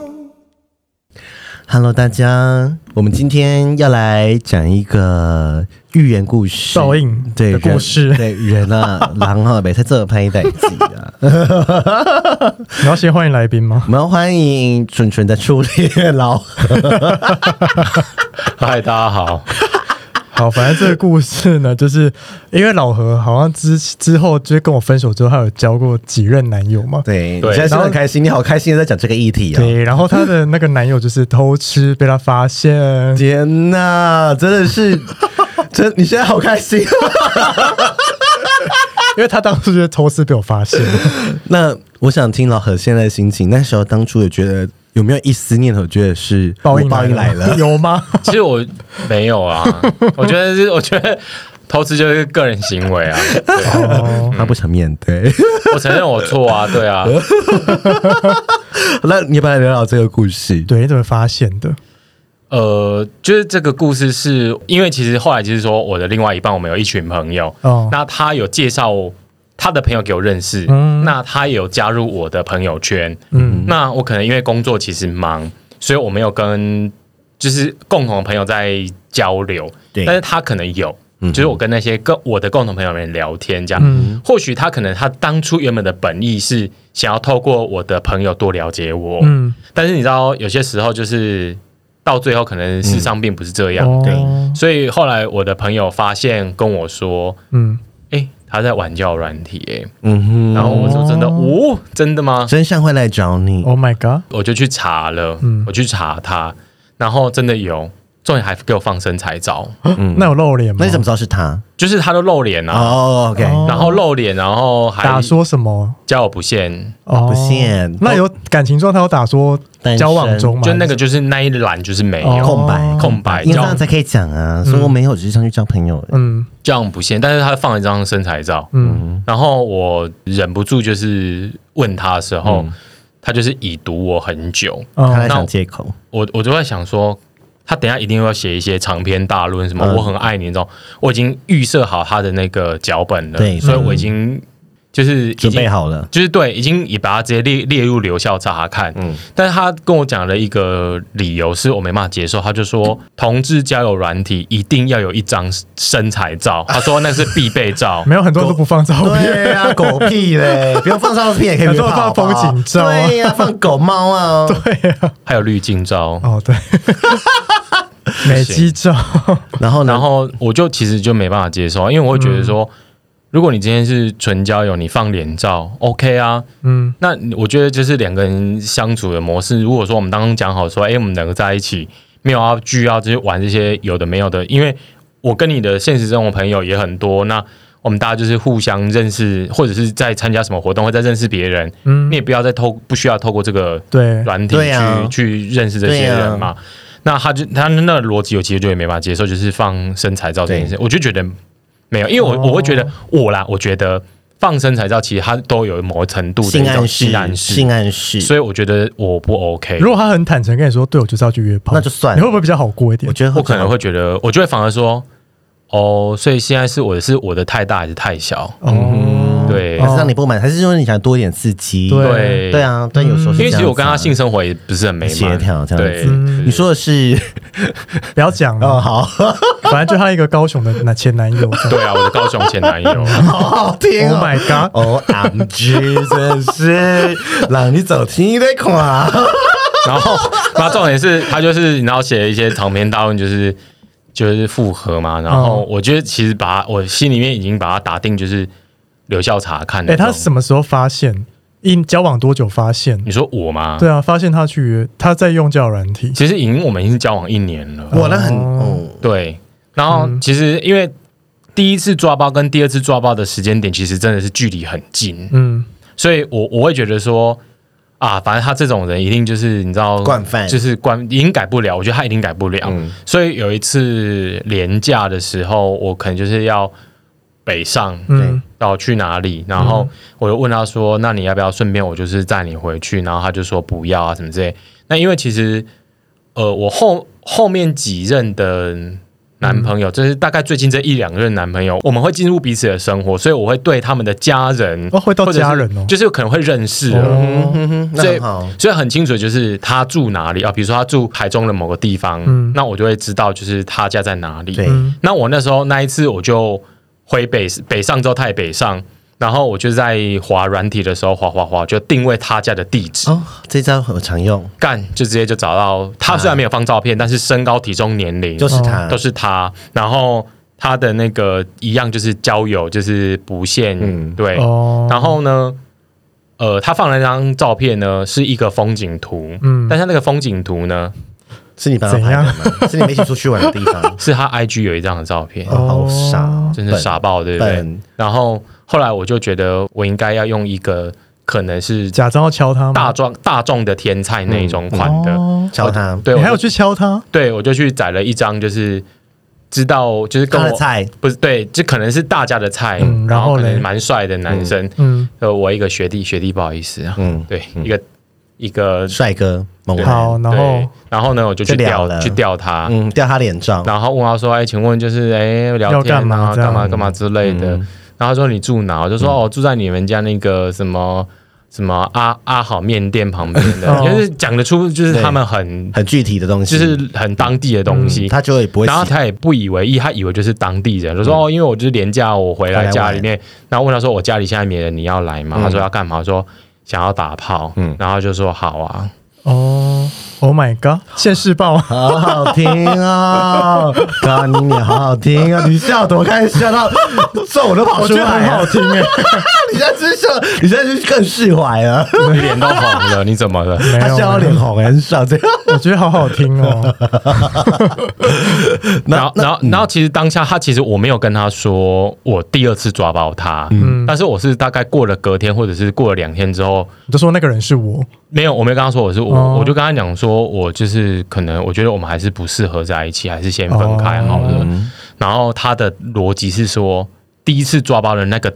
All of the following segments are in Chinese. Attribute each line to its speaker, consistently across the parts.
Speaker 1: Hello，大家，我们今天要来讲一个寓言故事，
Speaker 2: 报应
Speaker 1: 对
Speaker 2: 的故事
Speaker 1: 人对人啊，狼啊，每次这拍代记啊。
Speaker 2: 你要先欢迎来宾吗？
Speaker 1: 我们要欢迎纯纯的初恋老，
Speaker 3: 嗨，大家好。
Speaker 2: 好，反正这个故事呢，就是因为老何好像之之后就是跟我分手之后，他有交过几任男友嘛。
Speaker 1: 对，你
Speaker 3: 对
Speaker 1: 现在是不是
Speaker 2: 然后
Speaker 1: 很开心，你好开心地在讲这个议题啊。
Speaker 2: 对，然后他的那个男友就是偷吃被他发 现，
Speaker 1: 天呐，真的是， 真你现在好开心。
Speaker 2: 因为他当初就是偷吃被我发现。
Speaker 1: 那我想听老何现在的心情，那时候当初有觉得有没有一丝念头，觉得是
Speaker 2: 报应
Speaker 1: 我报应来了？
Speaker 2: 有吗？
Speaker 3: 其实我没 有啊，我觉得是，我觉得投资就是个人行为啊。对
Speaker 2: 哦，
Speaker 1: 他不想面对。
Speaker 3: 我承认我错啊，对啊。
Speaker 1: 那你要不要来聊聊这个故事？
Speaker 2: 对，你怎么发现的？
Speaker 3: 呃，就是这个故事是因为其实后来就是说我的另外一半，我们有一群朋友，
Speaker 2: 哦
Speaker 3: 那他有介绍他的朋友给我认识，
Speaker 2: 嗯
Speaker 3: 那他也有加入我的朋友圈，
Speaker 2: 嗯
Speaker 3: 那我可能因为工作其实忙，所以我没有跟就是共同的朋友在交流，
Speaker 1: 对
Speaker 3: 但是他可能有，就是我跟那些跟我的共同朋友们聊天这样，
Speaker 2: 嗯
Speaker 3: 或许他可能他当初原本的本意是想要透过我的朋友多了解我，
Speaker 2: 嗯，
Speaker 3: 但是你知道有些时候就是到最后可能事实上并不是这样，
Speaker 1: 对
Speaker 2: 哦，
Speaker 3: 所以后来我的朋友发现跟我说，
Speaker 2: 嗯，
Speaker 3: 哎、他在玩交友软体、诶
Speaker 1: 嗯
Speaker 3: 然后我说真的，哦，真的吗
Speaker 1: 哼，？真相会来找你。
Speaker 2: Oh my god！
Speaker 3: 我就去查了，
Speaker 2: 嗯
Speaker 3: 我去查他，然后真的有，重点还给我放身材照，
Speaker 2: 那有露脸吗？
Speaker 1: 嗯那你怎么知道是他？
Speaker 3: 就是他都露脸啊，
Speaker 1: 哦，OK，
Speaker 2: 哦
Speaker 3: 然后露脸，然后还
Speaker 2: 打说什么？
Speaker 3: 交友不限，
Speaker 2: 哦，
Speaker 1: 啊不限
Speaker 2: 那有感情状态有打说
Speaker 1: 单身
Speaker 2: 交往中吗？
Speaker 3: 就那个就是那一栏就是没
Speaker 2: 哦
Speaker 3: 有
Speaker 1: 空白，
Speaker 3: 空白
Speaker 1: 因为这
Speaker 3: 交
Speaker 1: 样才可以讲啊。说我没有，只是上去交朋友。
Speaker 2: 嗯
Speaker 3: 交友不限，但是他放了一张身材照，
Speaker 2: 嗯
Speaker 3: 然后我忍不住就是问他的时候，
Speaker 1: 嗯
Speaker 3: 他就是已读我很久，
Speaker 1: 他在
Speaker 2: 哦。
Speaker 1: 想借口，
Speaker 3: 我我就在想说。他等一下一定要写一些长篇大论，什么、
Speaker 1: 嗯
Speaker 3: 我很爱你这种，我已经预设好他的那个脚本了，
Speaker 1: 对嗯
Speaker 3: 所以我已经就是已经
Speaker 1: 准备好了。
Speaker 3: 就是对，已经也把它直接列列入留校查看。
Speaker 1: 嗯
Speaker 3: 嗯，但是他跟我讲了一个理由，是我没办法接受。他就说，同志交友软体一定要有一张身材照，他说那是必备照
Speaker 2: 没有很多人都不放照片，
Speaker 1: 对呀、狗 屁嘞！不用放照片也可以
Speaker 2: 很
Speaker 1: 约
Speaker 2: 多人
Speaker 1: 炮，
Speaker 2: 放
Speaker 1: 好不好
Speaker 2: 风景照啊
Speaker 1: 对呀、放狗猫 啊，
Speaker 3: 还有滤镜照。
Speaker 2: 哦 对，美肌照，
Speaker 1: 然后呢
Speaker 3: 然后我就其实就没办法接受，因为我会觉得说，
Speaker 2: 嗯
Speaker 3: 如果你今天是纯交友，你放脸照 OK 啊。
Speaker 2: 嗯
Speaker 3: 那我觉得就是两个人相处的模式。如果说我们刚刚讲好说，哎，我们两个在一起没有要聚要就是玩这些有的没有的，因为我跟你的现实生活朋友也很多，那我们大家就是互相认识，或者是在参加什么活动，或者在认识别人，
Speaker 2: 嗯
Speaker 3: 你，也不要再透不需要透过这个
Speaker 2: 对，
Speaker 3: 软体
Speaker 1: 对
Speaker 3: 去、
Speaker 1: 啊
Speaker 3: 去认识这些人嘛。那他就他那个逻辑，我其实就也没办法接受，就是放身材照这件事，我就觉得没有，因为我、
Speaker 2: 哦
Speaker 3: 我会觉得我啦，我觉得放身材照其实它都有某程度的一
Speaker 1: 性暗
Speaker 3: 种
Speaker 1: 示，
Speaker 3: 性暗示，
Speaker 1: 性暗示
Speaker 3: 所以我觉得我不 OK。
Speaker 2: 如果他很坦诚跟你说，对我就是要去约炮，
Speaker 1: 那就算了
Speaker 2: 你会不会比较好过一点
Speaker 1: 我？觉得
Speaker 3: 我可能会觉得，我就会反而说，哦，所以现在是我的是我的太大还是太小？
Speaker 1: 嗯
Speaker 2: 哦，
Speaker 3: 对
Speaker 1: 还是让你不满，还是说你想多一点刺激？
Speaker 2: 对
Speaker 3: 对
Speaker 1: 对，啊，但有时候是
Speaker 3: 因为
Speaker 1: 这样
Speaker 3: 其实
Speaker 1: 子啊
Speaker 3: 我跟他性生活也不是很美满
Speaker 1: 协调这样
Speaker 3: 对
Speaker 1: 子，嗯你说的是
Speaker 2: 不要讲
Speaker 1: 哦，
Speaker 2: 了，
Speaker 1: 好
Speaker 2: 反正就他一个高雄的那前 男友这样。
Speaker 3: 对啊，我的高雄前男友。
Speaker 1: 好好听
Speaker 2: Oh
Speaker 1: 哦。
Speaker 2: my god！
Speaker 1: O M G，真是让你走天的看。
Speaker 3: 然后，然后重点是他就是，然后写了一些长篇大论，就是就是复合嘛。然后
Speaker 2: 嗯
Speaker 3: 我觉得其实把我心里面已经把它打定，就是留校查看的
Speaker 2: 哎，
Speaker 3: 那种。
Speaker 2: 他什么时候发现？因交往多久发
Speaker 1: 嗯
Speaker 2: 现？
Speaker 3: 你说我吗？
Speaker 2: 对，啊，发现他去约，他在用交友软体。
Speaker 3: 其实已经我们已经交往一年了。
Speaker 1: 我那很，嗯
Speaker 3: 对，然后
Speaker 2: 嗯
Speaker 3: 其实因为第一次抓包跟第二次抓包的时间点，其实真的是距离很近，
Speaker 2: 嗯，
Speaker 3: 所以我我会觉得说啊，反正他这种人一定就是你知道
Speaker 1: 惯犯嗯
Speaker 3: 就是惯已经改不了，我觉得他一定改不了。所以有一次廉价的时候，我可能就是要北上
Speaker 2: 嗯
Speaker 3: 到去哪里，然后我就问他说：“那你要不要顺便我就是载你回去？”然后他就说不要啊什么之类。那因为其实呃，我后后面几任的男朋友，
Speaker 2: 嗯
Speaker 3: 就是大概最近这一两任男朋友，我们会进入彼此的生活，所以我会对他们的家人
Speaker 2: 哦会到
Speaker 3: 或者是
Speaker 2: 家人哦
Speaker 3: 就是可能会认识了。
Speaker 1: 嗯
Speaker 2: 哦
Speaker 1: 哼哼，那
Speaker 3: 所以
Speaker 1: 很好，
Speaker 3: 所以很清楚，就是他住哪里啊？比如说他住台中的某个地方，
Speaker 2: 嗯
Speaker 3: 那我就会知道就是他家在哪里。
Speaker 1: 对
Speaker 2: 嗯
Speaker 3: 那我那时候那一次我就回北北上之后，他也北上，然后我就在滑软体的时候滑滑滑，就定位他家的地址，
Speaker 1: 哦，这招很常用，
Speaker 3: 干就直接就找到他。虽然没有放照片，但是身高、体重、年龄
Speaker 1: 就是它，
Speaker 3: 都是他，然后他的那个一样就是交友，就是不限，
Speaker 1: 嗯
Speaker 3: 对。
Speaker 2: 哦，
Speaker 3: 然后呢，呃，他放了那张照片呢，是一个风景图，
Speaker 2: 嗯
Speaker 3: 但是他那个风景图呢，，
Speaker 1: 是你帮他拍的吗？是你们一起出去玩的地方
Speaker 3: 是他 IG 有一张的照片，
Speaker 1: 哦好傻哦，
Speaker 3: 真是傻爆，对不对
Speaker 1: 笨？
Speaker 3: 然后后来我就觉得，我应该要用一个可能是
Speaker 2: 假装要敲他吗
Speaker 3: 大众大众的天菜那一种款的，
Speaker 2: 哦
Speaker 1: 教他
Speaker 3: 对，
Speaker 2: 你
Speaker 3: 我
Speaker 2: 还有
Speaker 3: 就
Speaker 2: 去敲他？
Speaker 3: 对我就去载了一张，就是知道就是跟
Speaker 1: 他的
Speaker 3: 我
Speaker 1: 菜，
Speaker 3: 不是对，就可能是大家的菜，
Speaker 2: 嗯
Speaker 3: 然
Speaker 2: 然后
Speaker 3: 可
Speaker 2: 嘞
Speaker 3: 能蛮帅的男生，
Speaker 2: 嗯，
Speaker 3: 呃，我一个学弟，学弟不好意思啊，
Speaker 1: 嗯，
Speaker 3: 对，一个一个
Speaker 1: 帅哥猛
Speaker 3: 对
Speaker 1: 男，
Speaker 2: 好，然
Speaker 3: 对
Speaker 2: 后
Speaker 3: 然后呢，我就
Speaker 1: 就
Speaker 3: 去
Speaker 1: 聊
Speaker 3: 钓
Speaker 1: 了
Speaker 3: 去钓他，
Speaker 1: 嗯，掉他脸照，
Speaker 3: 然后问他说：“哎，请问就是哎聊
Speaker 2: 要
Speaker 3: 天
Speaker 2: 干嘛
Speaker 3: 啊，
Speaker 2: 这
Speaker 3: 干
Speaker 2: 样
Speaker 3: 嘛干嘛之类的。
Speaker 1: 嗯
Speaker 3: 然后他说：“你住哪？”我就说：“哦，住在你们家那个什么什么阿阿好面店旁边的。”
Speaker 2: 哦
Speaker 3: 就是讲得出，就是
Speaker 1: 对
Speaker 3: 他们很
Speaker 1: 很具体的东西，
Speaker 3: 就是很当地的东
Speaker 1: 嗯
Speaker 3: 西。
Speaker 1: 他嗯就也不会
Speaker 3: 然后
Speaker 1: 洗，
Speaker 3: 他也不以为意，他以为就是当地人，就说、哦，因为我就是廉价，我回来家里面，然后问他说我家里现在没人，你要来吗？
Speaker 1: 嗯
Speaker 3: 他说要干嘛？我说想要打炮，
Speaker 1: 嗯，
Speaker 3: 然后就说好啊，
Speaker 2: 哦，Oh my God，现世报啊
Speaker 1: 好好听 哦，高你也好好听啊！你笑得我开啊始笑到皱都跑
Speaker 2: 我
Speaker 1: 出
Speaker 2: 觉得
Speaker 1: 来
Speaker 2: 很好
Speaker 1: 了。
Speaker 2: 听
Speaker 3: 欸
Speaker 2: 哎，
Speaker 1: 你现在真笑，你现在就更释怀了。
Speaker 3: 你脸都红了，你怎么了？
Speaker 2: 没
Speaker 1: 他
Speaker 2: 有
Speaker 1: 笑到脸红，很少这样。
Speaker 2: 我觉得好好听哦，
Speaker 3: 然后，然后，
Speaker 2: 嗯
Speaker 3: 然后，其实当下他其实我没有跟他说我第二次抓包他，
Speaker 2: 嗯
Speaker 3: 但是我是大概过了隔天或者是过了两天之后，
Speaker 2: 你就说那个人是我，
Speaker 3: 没有，我没有跟他说我是我，
Speaker 2: 哦
Speaker 3: 我就跟他讲说我就是可能我觉得我们还是不适合在一起，还是先分
Speaker 2: 哦
Speaker 3: 开好了。然后他的逻辑是说，第一次抓包的那个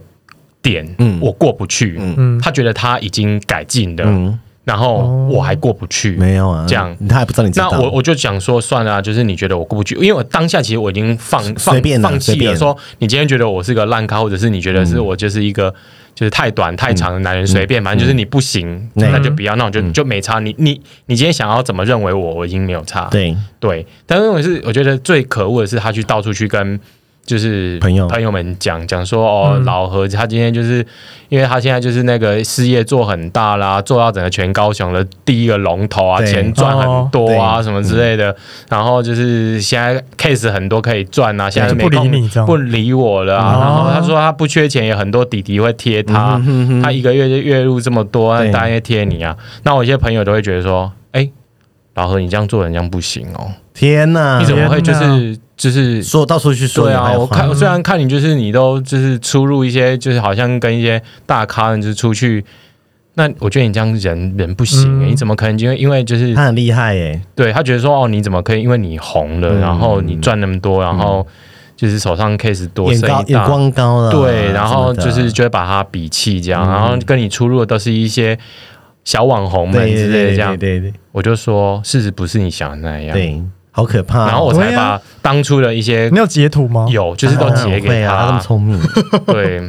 Speaker 3: 点，
Speaker 1: 嗯
Speaker 3: 我过不去，
Speaker 2: 嗯
Speaker 3: 他觉得他已经改进了，
Speaker 1: 嗯，
Speaker 3: 然后
Speaker 2: 哦
Speaker 3: 我还过不去，
Speaker 1: 没有啊，
Speaker 3: 这样
Speaker 1: 他还不知道你知
Speaker 3: 那
Speaker 1: 道。
Speaker 3: 我我就讲说算了啊、就是你觉得我过不去，因为我当下其实我已经放放
Speaker 1: 随便啊
Speaker 3: 放
Speaker 1: 随
Speaker 3: 弃
Speaker 1: 便嗯
Speaker 3: 了，说你今天觉得我是个烂咖，或者是你觉得是我就是一个就是太短太长的男人，随便，反正就是你不行，
Speaker 1: 嗯
Speaker 3: 那就不要，那我就就没差。你你你今天想要怎么认为我，我已经没有差。
Speaker 1: 对，
Speaker 3: 对，但是我是我觉得最可恶的是他去到处去跟。就是
Speaker 1: 朋友
Speaker 3: 朋友们讲讲说哦，
Speaker 2: 嗯
Speaker 3: 老何他今天就是，因为他现在就是那个事业做很大啦，做到整个全高雄的第一个龙头啊，
Speaker 1: 对
Speaker 3: 钱赚很多啊，
Speaker 1: 哦对
Speaker 3: 什么之类的。然后就是现在 case 很多可以赚啊，现在
Speaker 2: 就
Speaker 3: 没
Speaker 2: 不理
Speaker 3: 空
Speaker 2: 你这样
Speaker 3: 不理我了啊、
Speaker 2: 哦
Speaker 3: 然后他说他不缺钱，也很多弟弟会贴
Speaker 1: 嗯
Speaker 3: 他，他一个月就月入这么多，
Speaker 1: 对
Speaker 3: 当然会贴你啊。那我一些朋友都会觉得说，哎、老何你这样做人这样不行哦，
Speaker 1: 天哪！
Speaker 3: 你怎么会就
Speaker 2: 天
Speaker 3: 是就是
Speaker 1: 说到处去说
Speaker 3: 对
Speaker 1: 你
Speaker 3: 啊，
Speaker 1: 坏话？
Speaker 3: 我看虽然看你就是你都就是出入一些就是好像跟一些大咖人就是出去，那我觉得你这样人人不行、
Speaker 2: 嗯
Speaker 3: 你怎么可能因为因为就是
Speaker 1: 他很厉害耶，
Speaker 3: 对他觉得说哦你怎么可以因为你红了，
Speaker 1: 嗯
Speaker 3: 然后你赚那么多，然后就是手上 case 多
Speaker 1: 眼
Speaker 3: 生
Speaker 1: 高
Speaker 3: 意
Speaker 1: 眼
Speaker 3: 大。
Speaker 1: 光高了。
Speaker 3: 对，然后
Speaker 1: 啊什么嗯
Speaker 3: 就
Speaker 1: 的
Speaker 3: 是就会把他鄙弃这样，然后跟你出入的都是一些小网红们
Speaker 1: 对
Speaker 3: 之
Speaker 1: 对
Speaker 3: 类的
Speaker 1: 对
Speaker 3: 这样
Speaker 1: 对，对对
Speaker 3: 我就说事实不是你想的那样，
Speaker 1: 对，好可怕哦。
Speaker 3: 然后我才
Speaker 2: 对啊
Speaker 3: 把当初的一些
Speaker 2: 你有截图吗？，
Speaker 3: 有就是都
Speaker 1: 当然会
Speaker 3: 截给
Speaker 1: 啊，他那么
Speaker 3: 他，
Speaker 1: 聪明。
Speaker 3: 对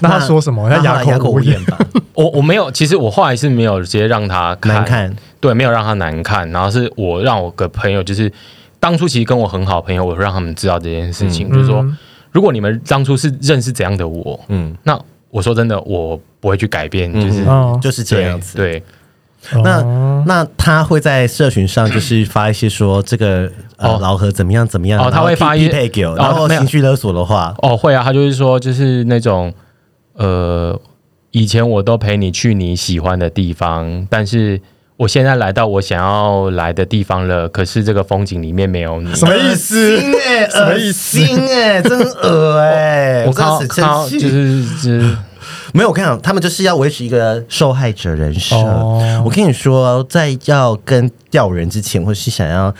Speaker 2: 那他说什么？他
Speaker 1: 哑
Speaker 2: 哑口
Speaker 1: 无
Speaker 2: 无言。
Speaker 1: 吧，
Speaker 3: 我我没有，其实我后来是没有直接让他 看，
Speaker 1: 难看。
Speaker 3: 对，没有让他难看，然后是我让我个朋友，就是当初其实跟我很好的朋友，我让他们知道这件事情，就是说，
Speaker 2: 嗯
Speaker 3: 如果你们当初是认识怎样的我，
Speaker 1: 嗯，
Speaker 3: 那我说真的，我不会去改变，就是、
Speaker 2: 哦
Speaker 1: 就是这
Speaker 3: 对
Speaker 1: 样子。
Speaker 3: 对，
Speaker 1: 那那他会在社群上就是发一些说这个 呃
Speaker 3: 哦
Speaker 1: 老何怎么样怎么样，然
Speaker 3: 哦
Speaker 1: 后
Speaker 3: 他会发一
Speaker 1: 匹配给我，
Speaker 3: 哦
Speaker 1: 然后
Speaker 3: 没有
Speaker 1: 情绪勒索的话，
Speaker 3: 哦，会啊，他就是说，就是那种，呃，以前我都陪你去你喜欢的地方，但是我现在来到我想要来的地方了，可是这个风景里面没有你。
Speaker 2: 什么意思
Speaker 1: 恶心哎，
Speaker 2: 什么
Speaker 1: 恶
Speaker 2: 意思
Speaker 1: 心哎，真恶哎！
Speaker 3: 我
Speaker 1: 真
Speaker 3: 看
Speaker 1: 的
Speaker 3: 到
Speaker 1: 很
Speaker 3: 看到
Speaker 1: 生
Speaker 3: 就
Speaker 1: 气。
Speaker 3: 是就是
Speaker 1: 没有，我跟你讲，他们就是要维持一个受害者人设
Speaker 2: 哦。
Speaker 1: 我跟你说，在要跟钓人之前，或是想要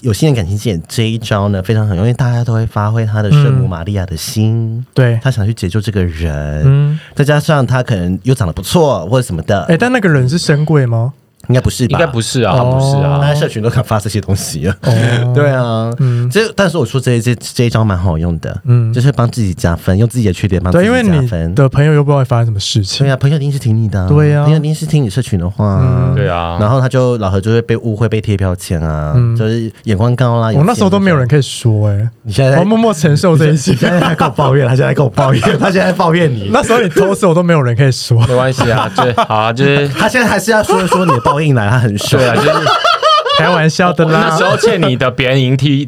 Speaker 1: 有信任感情线这一招呢，非常好用，因为大家都会发挥他的圣母玛利亚的心，
Speaker 2: 嗯对，
Speaker 1: 他想去解救这个人，
Speaker 2: 嗯，
Speaker 1: 再加上他可能又长得不错或者什么的，
Speaker 2: 哎、但那个人是深贵吗？
Speaker 1: 应该不是吧？
Speaker 3: 应该不是啊，
Speaker 2: 哦
Speaker 3: 不是
Speaker 1: 大
Speaker 3: 啊，
Speaker 1: 家社群都敢发这些东西啊。
Speaker 2: 哦
Speaker 1: 对啊，
Speaker 2: 嗯
Speaker 1: 这但是我说这一这这一招蛮好用的，
Speaker 2: 嗯，
Speaker 1: 就是帮自己加分，用自己的缺点帮自
Speaker 2: 对，
Speaker 1: 己
Speaker 2: 因为
Speaker 1: 加
Speaker 2: 你
Speaker 1: 分。
Speaker 2: 的朋友又不知道会发生什么事情
Speaker 1: 对，啊，朋友一定是听你的、
Speaker 2: 对啊
Speaker 1: 朋友一定是听你社群的话、啊
Speaker 2: 嗯
Speaker 3: 对啊，
Speaker 1: 然后他就老何就会被误会、被贴标签啊，
Speaker 2: 嗯
Speaker 1: 就是眼光高啦。
Speaker 2: 我那时候都没有人可
Speaker 1: 看，
Speaker 2: 以说、欸，
Speaker 1: 你现
Speaker 2: 哎，
Speaker 1: 在
Speaker 2: 我
Speaker 1: 在
Speaker 2: 要默默承受这一切
Speaker 1: 你。现在在跟我抱怨，他现在在跟我抱怨，他现在在抱怨你。
Speaker 2: 那时候你偷吃，我都没有人可以说。
Speaker 3: 没关系啊，就是好啊，就是
Speaker 1: 他现在还是要说一说你的报应来，他很爽
Speaker 3: 对。啊，就是
Speaker 2: 开玩笑的
Speaker 3: 我
Speaker 2: 啦，
Speaker 3: 那时候欠你的，别人赢替，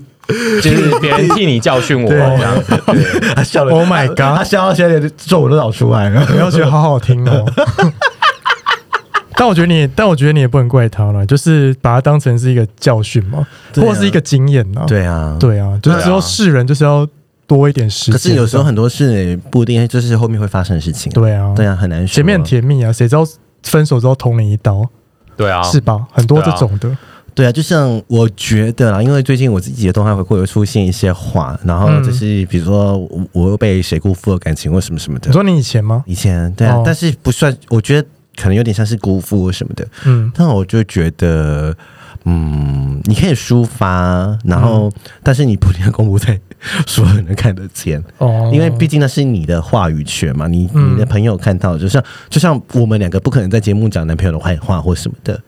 Speaker 3: 就是别人替你教训我
Speaker 2: 对
Speaker 3: 这样。
Speaker 1: 他笑了
Speaker 2: Oh my god
Speaker 1: 他笑到现在连皱纹都长出来了。
Speaker 2: 没有觉得好好听哦。但我觉得你，但我觉得你也不能怪他了，就是把它当成是一个教训嘛，
Speaker 1: 对啊
Speaker 2: 或是一个经验呐。
Speaker 1: 对啊，
Speaker 2: 对啊，就是之后世人就是要多一点时间。
Speaker 1: 可是有时候很多事不一定就是后面会发生的事情、啊。
Speaker 2: 对啊，
Speaker 1: 对啊，很难说。
Speaker 2: 前面很甜蜜啊，谁知道分手之后捅你一刀
Speaker 3: 对啊，
Speaker 2: 是吧？很多这种的，
Speaker 1: 对啊，就像我觉得啦，因为最近我自己的动态回馈有出现一些话，然后
Speaker 2: 嗯
Speaker 1: 就是比如说我我又被谁辜负了感情或什么什么的
Speaker 2: 你。说你以前吗？
Speaker 1: 以前对啊，
Speaker 2: 哦
Speaker 1: 但是不算，我觉得可能有点像是辜负或什么的。
Speaker 2: 嗯
Speaker 1: 但我就觉得，嗯，你可以抒发，然
Speaker 2: 嗯
Speaker 1: 后、但是你不一定要公布在所有人看得见，
Speaker 2: 哦，
Speaker 1: 因为毕竟那是你的话语权嘛，你
Speaker 2: 嗯
Speaker 1: 你的朋友看到，就像就像我们两个不可能在节目讲男朋友的坏话或什么的，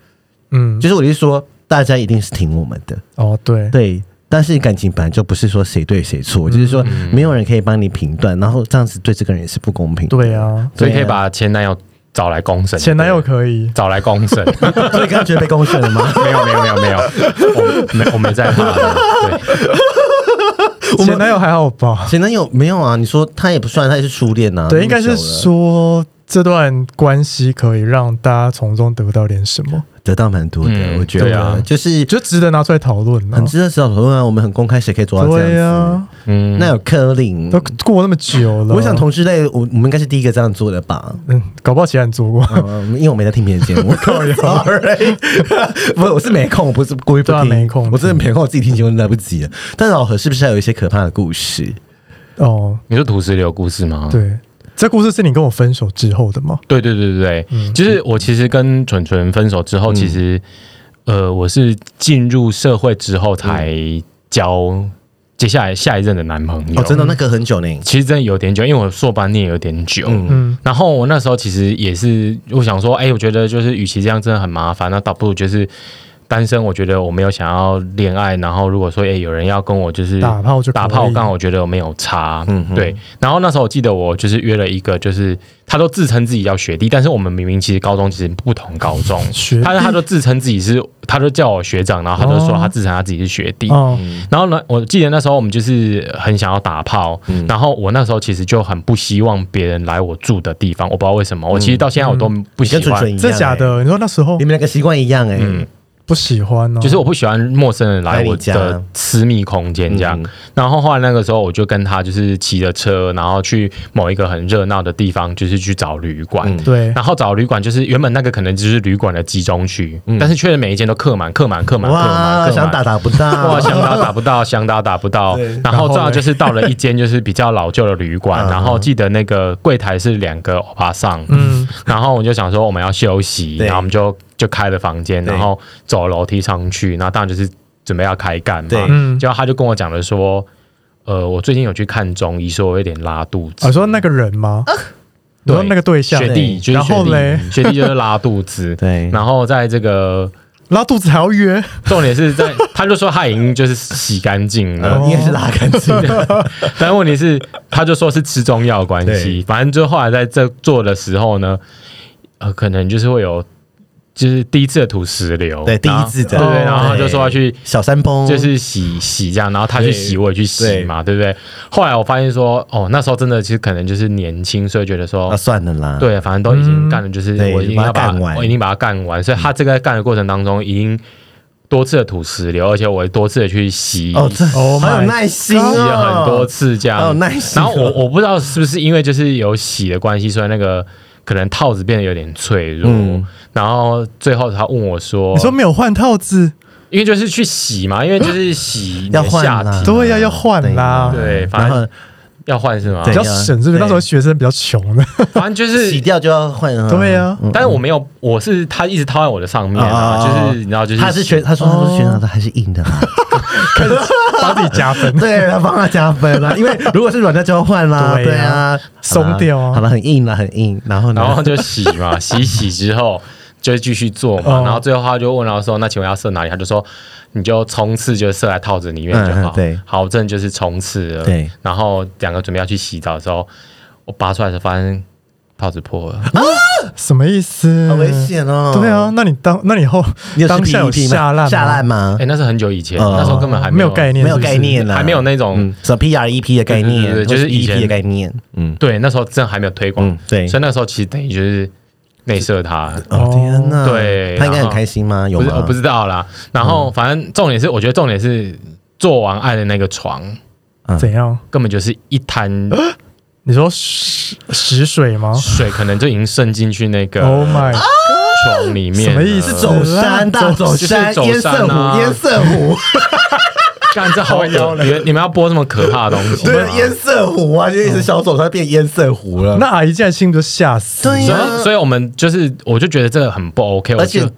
Speaker 2: 嗯
Speaker 1: 就是我就说大家一定是听我们的，
Speaker 2: 哦对
Speaker 1: 对。但是感情本来就不是说谁对谁错，就是说没有人可以帮你评断，然后这样子对这个人也是不公平的。
Speaker 2: 对啊，
Speaker 3: 所以可以把前男友找来公审，
Speaker 2: 前男友可以，
Speaker 3: 找来公审。
Speaker 1: 所以刚刚觉得被公审了吗？
Speaker 3: 没有没有没有没有，我没我没在怕的。对，
Speaker 2: 前男友还好吧？
Speaker 1: 前男友没有啊？你说他也不算，他也是初恋呐、啊。
Speaker 2: 对，应该
Speaker 1: 那
Speaker 2: 是
Speaker 1: 么久了
Speaker 2: 说这段关系可以让大家从中得到点什么，
Speaker 1: 得到蛮多的，
Speaker 3: 嗯
Speaker 1: 我觉得、
Speaker 3: 对啊
Speaker 1: 就是
Speaker 2: 就值得拿出来讨论啊
Speaker 1: 很。值得思考讨论啊。我们很公开，谁可以做到这样
Speaker 2: 对
Speaker 1: 子？
Speaker 2: 啊，
Speaker 3: 嗯，
Speaker 1: 那有柯林
Speaker 2: 都，过那么久了，
Speaker 1: 我想同志类，我我们应该是第一个这样做的吧。
Speaker 2: 嗯，搞不好其他人做过。
Speaker 1: 嗯，因为我没在听别人节 目，sorry，不，我是没空，我不是故意不
Speaker 2: 对啊
Speaker 1: 听，
Speaker 2: 没空
Speaker 1: 我真的没空，我自己听节目都来不及了。但老何是不是还有一些可怕的故事？
Speaker 2: 哦，
Speaker 3: 你说土石流故事吗？
Speaker 2: 对，这故事是你跟我分手之后的吗？
Speaker 3: 对对对对对，
Speaker 2: 嗯
Speaker 3: 就是我其实跟蠢蠢分手之后，其实呃，我是进入社会之后才交接下来下一任的男朋友。
Speaker 1: 哦，真的那个很久呢，
Speaker 3: 其实真的有点久，因为我硕班念有点久。
Speaker 1: 嗯，
Speaker 2: 嗯
Speaker 3: 然后我那时候其实也是，我想说，哎、我觉得就是，与其这样真的很麻烦，那倒不如就是单身。我觉得我没有想要恋爱，然后如果说，哎、有人要跟我就是
Speaker 2: 打炮就可以
Speaker 3: 打炮，刚好我觉得我没有差，
Speaker 1: 嗯哼
Speaker 3: 对。然后那时候我记得我就是约了一个，就是他都自称自己叫学弟，但是我们明明其实高中其实不同高中，
Speaker 2: 学
Speaker 3: 他他就自称自己是，他就叫我学长，然后他就说
Speaker 2: 哦
Speaker 3: 他自称他自己是学弟，
Speaker 2: 哦，
Speaker 3: 然后呢，我记得那时候我们就是很想要打炮，
Speaker 1: 嗯
Speaker 3: 然后我那时候其实就很不希望别人来我住的地方，我不知道为什么，我其实到现在我都不
Speaker 1: 嗯你
Speaker 3: 喜
Speaker 1: 跟纯
Speaker 3: 欢，
Speaker 1: 纯一样、欸
Speaker 2: 真的假？的？你说那时候
Speaker 1: 你们两个习惯一样哎、
Speaker 3: 嗯
Speaker 2: 不喜欢哦呢？
Speaker 3: 就是我不喜欢陌生人来我
Speaker 1: 来你
Speaker 3: 的
Speaker 1: 家
Speaker 3: 私密空间这样。
Speaker 1: 嗯
Speaker 3: 然后后来那个时候我就跟他就是骑着车，然后去某一个很热闹的地方，就是去找旅馆。
Speaker 1: 嗯
Speaker 2: 对，
Speaker 3: 然后找旅馆，就是原本那个可能就是旅馆的集中区，但是却每一间都客满，客满，客满，客满，客
Speaker 1: 嗯哇，
Speaker 3: 满
Speaker 1: 想打打不
Speaker 3: 哇，
Speaker 1: 到，
Speaker 3: 想打打不到，想打打不到
Speaker 1: 啊对。
Speaker 3: 然
Speaker 2: 然
Speaker 3: 后
Speaker 2: 后
Speaker 3: 这样
Speaker 2: 嘞
Speaker 3: 就是到了一间就是比较老旧的旅馆，然后记得那个柜台是两个欧巴桑，
Speaker 2: 嗯，
Speaker 3: 然后我就想说我们要休息，
Speaker 1: 对
Speaker 3: 然后我们就就开了房间，
Speaker 1: 对
Speaker 3: 然后走楼梯上去，然后当然就是准备要开干
Speaker 1: 对
Speaker 3: 嘛。
Speaker 2: 嗯
Speaker 3: 结果他就跟我讲了说，呃，我最近有去看中医，说我有点拉肚
Speaker 2: 我
Speaker 3: 子。
Speaker 2: 哦啊说那个人吗？你
Speaker 3: 对
Speaker 2: 说那个对象
Speaker 3: 学弟就是
Speaker 2: 然后
Speaker 3: 学弟
Speaker 2: 嘞，
Speaker 3: 学弟就是拉肚子。
Speaker 1: 对
Speaker 3: 然后在这个
Speaker 2: 拉肚子还要约，
Speaker 3: 重点是在，他就说他已经就是洗干 净了
Speaker 1: 呃，你也是拉干净
Speaker 3: 哦
Speaker 1: 的，
Speaker 3: 但问题是，他就说是吃中药的关
Speaker 1: 对，
Speaker 3: 系反正就后来在这做的时候呢，呃，可能就是会有，就是第一次的土石流，
Speaker 1: 对，第一次的，
Speaker 3: 然后对对，然后他就说要去。
Speaker 1: 小山崩，
Speaker 3: 就是洗洗这样，然后他去洗，
Speaker 1: 对
Speaker 3: 我也去洗嘛，对不对？后来我发现说，哦，那时候真的其实可能就是年轻，所以觉得说
Speaker 1: 那，哦算了啦，，
Speaker 3: 对，反正都已经干了，就是
Speaker 1: 啊嗯对
Speaker 3: 我已经
Speaker 1: 把
Speaker 3: 要
Speaker 1: 它
Speaker 3: 把
Speaker 1: 干完嗯
Speaker 3: 我已经把它干完，所以他这个干的过程当中，已经多次的土石流，而且我也多次的去洗
Speaker 1: 哦，这
Speaker 2: Oh
Speaker 1: 好
Speaker 2: my
Speaker 1: 有耐心
Speaker 3: 洗
Speaker 1: 哦，
Speaker 3: 了很多次这
Speaker 1: 好有
Speaker 3: 样，
Speaker 1: 耐心
Speaker 3: 然
Speaker 1: 哦，
Speaker 3: 后我我不知道是不是因为就是有洗的关系，所以那个可能套子变得有点脆弱。
Speaker 1: 嗯
Speaker 3: 然后最后他问我说：“
Speaker 2: 你说没有换套子，
Speaker 3: 因为就是去洗嘛，因为就是洗你
Speaker 1: 要
Speaker 3: 的
Speaker 1: 换啊
Speaker 3: 下
Speaker 1: 啦
Speaker 3: 体，
Speaker 2: 对呀、要换啦，
Speaker 3: 对反
Speaker 1: 然
Speaker 3: 正
Speaker 1: 后
Speaker 3: 要换是吗
Speaker 2: 比？
Speaker 1: 对
Speaker 2: 较省是不是？
Speaker 1: 对
Speaker 2: 那时候学生比较穷的，
Speaker 3: 反正就
Speaker 1: 洗
Speaker 3: 是，
Speaker 1: 掉就要换啊。
Speaker 2: 对呀
Speaker 1: 嗯
Speaker 3: 但是我没有，我是他一直套在我的上面
Speaker 1: 哦
Speaker 3: 啊，就是你知道，就是哦
Speaker 1: 他是学，他说他说学长的还是硬的啊，。
Speaker 2: 开始帮自己加分
Speaker 1: 对，他帮他加分啦。因为如果是软的就要换啦，
Speaker 2: 对
Speaker 1: 对
Speaker 2: 啊
Speaker 1: 啊，
Speaker 2: 松掉啊
Speaker 1: 好啦好了，很硬啦，很硬。然后呢，
Speaker 3: 然后就洗 嘛，洗洗之后就继续做嘛，
Speaker 2: 哦
Speaker 3: 然后最后他就问他说：“那请问要射哪里？”他就说：“你就冲刺就射在套子里面就
Speaker 1: 嗯
Speaker 3: 好。
Speaker 1: 嗯对
Speaker 3: 好，真的就是冲刺了。
Speaker 1: 对，
Speaker 3: 然后两个准备要去洗澡的时候，我拔出来的时候发现套子破
Speaker 1: 啊
Speaker 3: 了，
Speaker 2: 什么意思？
Speaker 1: 好危险哦。
Speaker 2: 对啊，，那你当那你以后
Speaker 1: 你有吃
Speaker 2: 当下有
Speaker 1: PET 吗？
Speaker 2: 下烂吗
Speaker 1: 下烂吗
Speaker 3: 哎、？那是很久以前，
Speaker 1: 哦
Speaker 3: 那时候根本还
Speaker 2: 没
Speaker 3: 有啊
Speaker 2: 有概念
Speaker 1: 没有
Speaker 2: 是不是
Speaker 1: 概念啦，
Speaker 3: 还没有那种
Speaker 1: 嗯什么 PREP 的概念，
Speaker 3: 对对对就是
Speaker 1: 或
Speaker 3: 以前
Speaker 1: EP 的概念。嗯
Speaker 3: 对，那时候真的还没有推广，
Speaker 1: 嗯，对。
Speaker 3: 所以那时候其实等于就是内射它。
Speaker 1: 哦天哪！
Speaker 3: 对
Speaker 1: 他应该
Speaker 3: 然
Speaker 1: 很
Speaker 3: 后
Speaker 1: 开心吗？嗯有
Speaker 3: 不是，我
Speaker 1: 吗？
Speaker 3: 不知道啦。然后，反正重点是，我觉得重点是做完爱的那个床，嗯
Speaker 2: 怎样？
Speaker 3: 根本就是一滩
Speaker 2: 你说食食水吗
Speaker 3: 水，可能就已经渗进去那个
Speaker 2: ？Oh my！
Speaker 3: 床里面了。
Speaker 2: 什么意思
Speaker 3: 这
Speaker 2: 走
Speaker 1: 啊走山大
Speaker 2: 走
Speaker 1: 走山，
Speaker 3: 就是
Speaker 1: 烟
Speaker 3: 走
Speaker 1: 色
Speaker 3: 山啊
Speaker 1: 湖，烟色湖，
Speaker 3: 干这好恶
Speaker 2: 哦
Speaker 3: 你们你们要播这么可怕的东 西吗？啊
Speaker 1: 对，烟色湖啊，就一直小走山变烟色湖了。
Speaker 2: 那阿姨进来心里就吓死。
Speaker 1: 对
Speaker 3: 所
Speaker 1: 呀
Speaker 3: 以，所以我们就是，我就觉得这个很不 OK。我
Speaker 1: 而且
Speaker 3: 就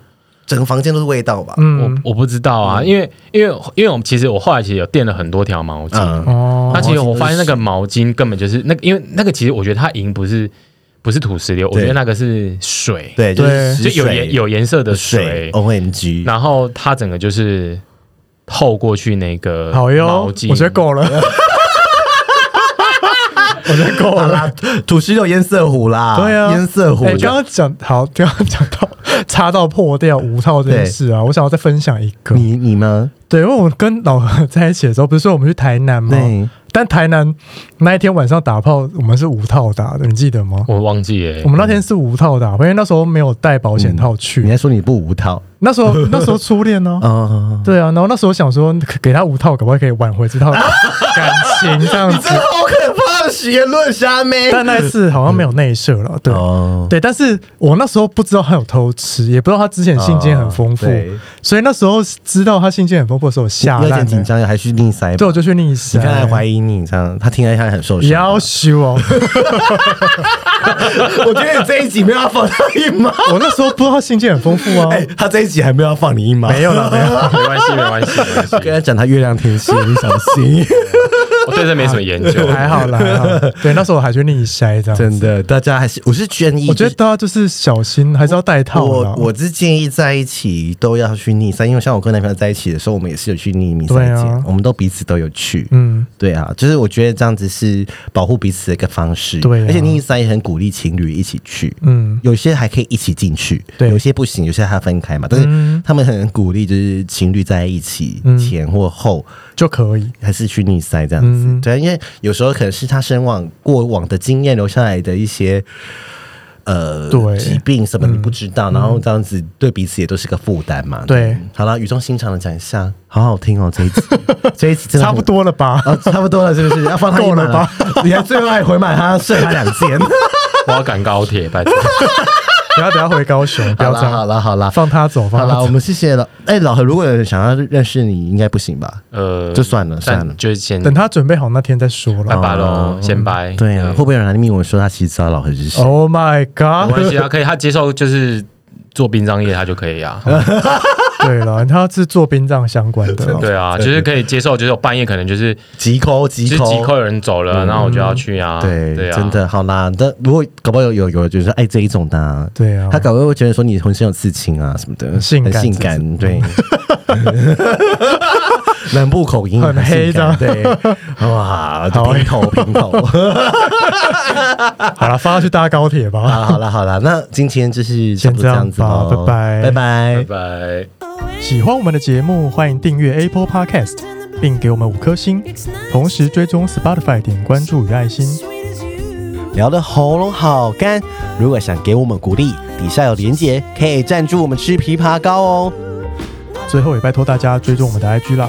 Speaker 1: 整个房间都是味道吧？
Speaker 3: 我
Speaker 2: 嗯，
Speaker 3: 我不知道啊，因为因为因为我们其实我后来其实有垫了很多条毛巾，
Speaker 1: 嗯，
Speaker 2: 哦
Speaker 3: 那，其实我发现那个毛巾根本就是那个，因为那个其实我觉得它已经不是不是土石流，我觉得那个是水，，
Speaker 1: 对，就是
Speaker 2: 对
Speaker 1: 食
Speaker 3: 就有
Speaker 1: 水
Speaker 3: 颜有颜色的水
Speaker 1: 水，OMG，哦
Speaker 2: 哦
Speaker 3: 然后它整个就是透过去那个
Speaker 2: 好哟，
Speaker 3: 毛巾，
Speaker 2: 我觉得够 了，我觉得够
Speaker 1: 好
Speaker 2: 了。
Speaker 1: 啦， 土石流烟色湖啦，
Speaker 2: 对啊，
Speaker 1: 烟色湖
Speaker 2: 哎，
Speaker 1: 就
Speaker 2: 刚刚讲好，刚刚讲到 插到破掉无套这件事啊，我想要再分享一个。
Speaker 1: 你你呢？
Speaker 2: 对，因为我跟老何 在一起的时候，不是说我们去台南吗？
Speaker 1: 对，
Speaker 2: 但台南那一天晚上打炮，我们是无套打的，你记得吗？
Speaker 3: 我忘记了、
Speaker 2: 我们那天是无套打，因为那时候没有带保险套
Speaker 1: 你
Speaker 2: 去。
Speaker 1: 还说你不无套
Speaker 2: 那时候那时候初恋呢、
Speaker 1: 啊？
Speaker 2: 对啊，然后那时候想说给他五套，搞不好可以挽回这套感情这样子。
Speaker 1: 好可怕的言论虾妹
Speaker 2: 但那一次好像没有内射了，对、
Speaker 1: 哦，
Speaker 2: 对。但是我那时候不知道他有偷吃，也不知道他之前性经验很丰富
Speaker 1: 哦对，
Speaker 2: 所以那时候知道他性经验很丰富的时候，我吓
Speaker 1: 有点
Speaker 2: 烂
Speaker 1: 紧
Speaker 2: 了。
Speaker 1: 张，还去逆塞吧，
Speaker 2: 对，我就去逆塞。
Speaker 1: 你看他还怀疑你这样，他听了他很受伤。
Speaker 2: 要修 哦！
Speaker 1: 我觉得你这一集没有要放他一马，
Speaker 2: 我那时候不知道他性经验很丰富啊。
Speaker 1: 哎，他这一集还没有要放你一马，
Speaker 2: 没有啦，没有啦。
Speaker 3: 没关系，没关系，没关系。
Speaker 1: 跟他讲他月亮天蝎，你小 心。
Speaker 3: 我对这没什么研究，
Speaker 2: 还好啦，还好 对，那时候我还去逆筛这样子。
Speaker 1: 真的，大家还是我是建议，
Speaker 2: 我觉得大家就是小心，还是要戴套啦
Speaker 1: 我我是建议在一起都要去逆三，因为像我跟男朋友在一起的时候，我们也是有去逆密
Speaker 2: 对
Speaker 1: 三
Speaker 2: 啊
Speaker 1: 间，我们都彼此都有去。
Speaker 2: 嗯，
Speaker 1: 对啊，就是我觉得这样子是保护彼此的一个方式。
Speaker 2: 对啊
Speaker 1: 而且逆三也很鼓励情侣一起去。
Speaker 2: 嗯
Speaker 1: 有些还可以一起进去，
Speaker 2: 对
Speaker 1: 有些不行，有些还分开嘛。但是他们很鼓励，就是情侣在一起、
Speaker 2: 嗯
Speaker 1: 前或后，
Speaker 2: 就可以。
Speaker 1: 还是去逆塞这样
Speaker 2: 嗯
Speaker 1: 子。对，因为有时候可能是他身往过往的经验留下来的一些呃
Speaker 2: 对嗯
Speaker 1: 疾病什么你不知道，然后这样子对彼此也都是个负担嘛。
Speaker 2: 对，
Speaker 1: 好了，语重心长的讲一下，好好听哦这一 集，这一集真的
Speaker 2: 差
Speaker 1: 很
Speaker 2: 不。多了吧？
Speaker 1: 啊，差不多了，是不是？啊要放他一马
Speaker 2: 够了吧？
Speaker 1: 你还最后还回满他，射他两箭。
Speaker 3: 我要赶高铁，拜托。
Speaker 2: 不要不要回高雄， 不
Speaker 1: 好
Speaker 2: 要这
Speaker 1: 了，好
Speaker 2: 样，
Speaker 1: 了，好了，
Speaker 2: 放他走，
Speaker 1: 好
Speaker 2: 放他
Speaker 1: 了，我
Speaker 2: 走。
Speaker 1: 们谢谢了。哎，老何，如果有人想要认识你，应该不行吧？
Speaker 3: 呃，
Speaker 1: 就算了
Speaker 3: 但
Speaker 1: 算了
Speaker 3: 就先
Speaker 2: 等他准备好那天再说
Speaker 3: 拜
Speaker 2: 了。
Speaker 3: 拜喽，先拜。
Speaker 1: 对啊，会不会有人来密我说他其实知道老何是谁？
Speaker 2: Oh my
Speaker 3: 没关
Speaker 2: god！
Speaker 3: 系啊，可以，他接受就是做殡葬业，他就可以啊。
Speaker 2: 对了，他是做殡葬相关的哦，
Speaker 3: 对啊，就是可以接受，就是我半夜可能就是
Speaker 1: 急抠，
Speaker 3: 就
Speaker 1: 急
Speaker 3: 是
Speaker 1: 抠，
Speaker 3: 几口有人走了，然后我就要去啊。
Speaker 1: 对，
Speaker 3: 对啊，
Speaker 1: 真的好啦。但如果搞不好有有有就是爱这一种的、啊，
Speaker 2: 对啊
Speaker 1: 他搞不好会觉得说你浑身有刺青啊什么的，
Speaker 2: 性感
Speaker 1: 很性感，对。 南部口音
Speaker 2: 很黑
Speaker 1: 性感对，哇，
Speaker 2: 好
Speaker 1: 平头平 头。
Speaker 2: 好了，发他去搭高铁吧。
Speaker 1: 好，好了好了，那今天就是差不多这样子咯
Speaker 2: 先这样吧拜拜
Speaker 1: 拜拜
Speaker 3: 拜。拜。
Speaker 2: 喜欢我们的节目，欢迎订阅 Apple Podcast，并给我们五颗星，同时追踪 Spotify 点关注与爱心。
Speaker 1: 聊的喉咙好干，如果想给我们鼓励，底下有连结，可以赞助我们吃枇杷膏哦。
Speaker 2: 最后也拜托大家追踪我们的 IG 啦，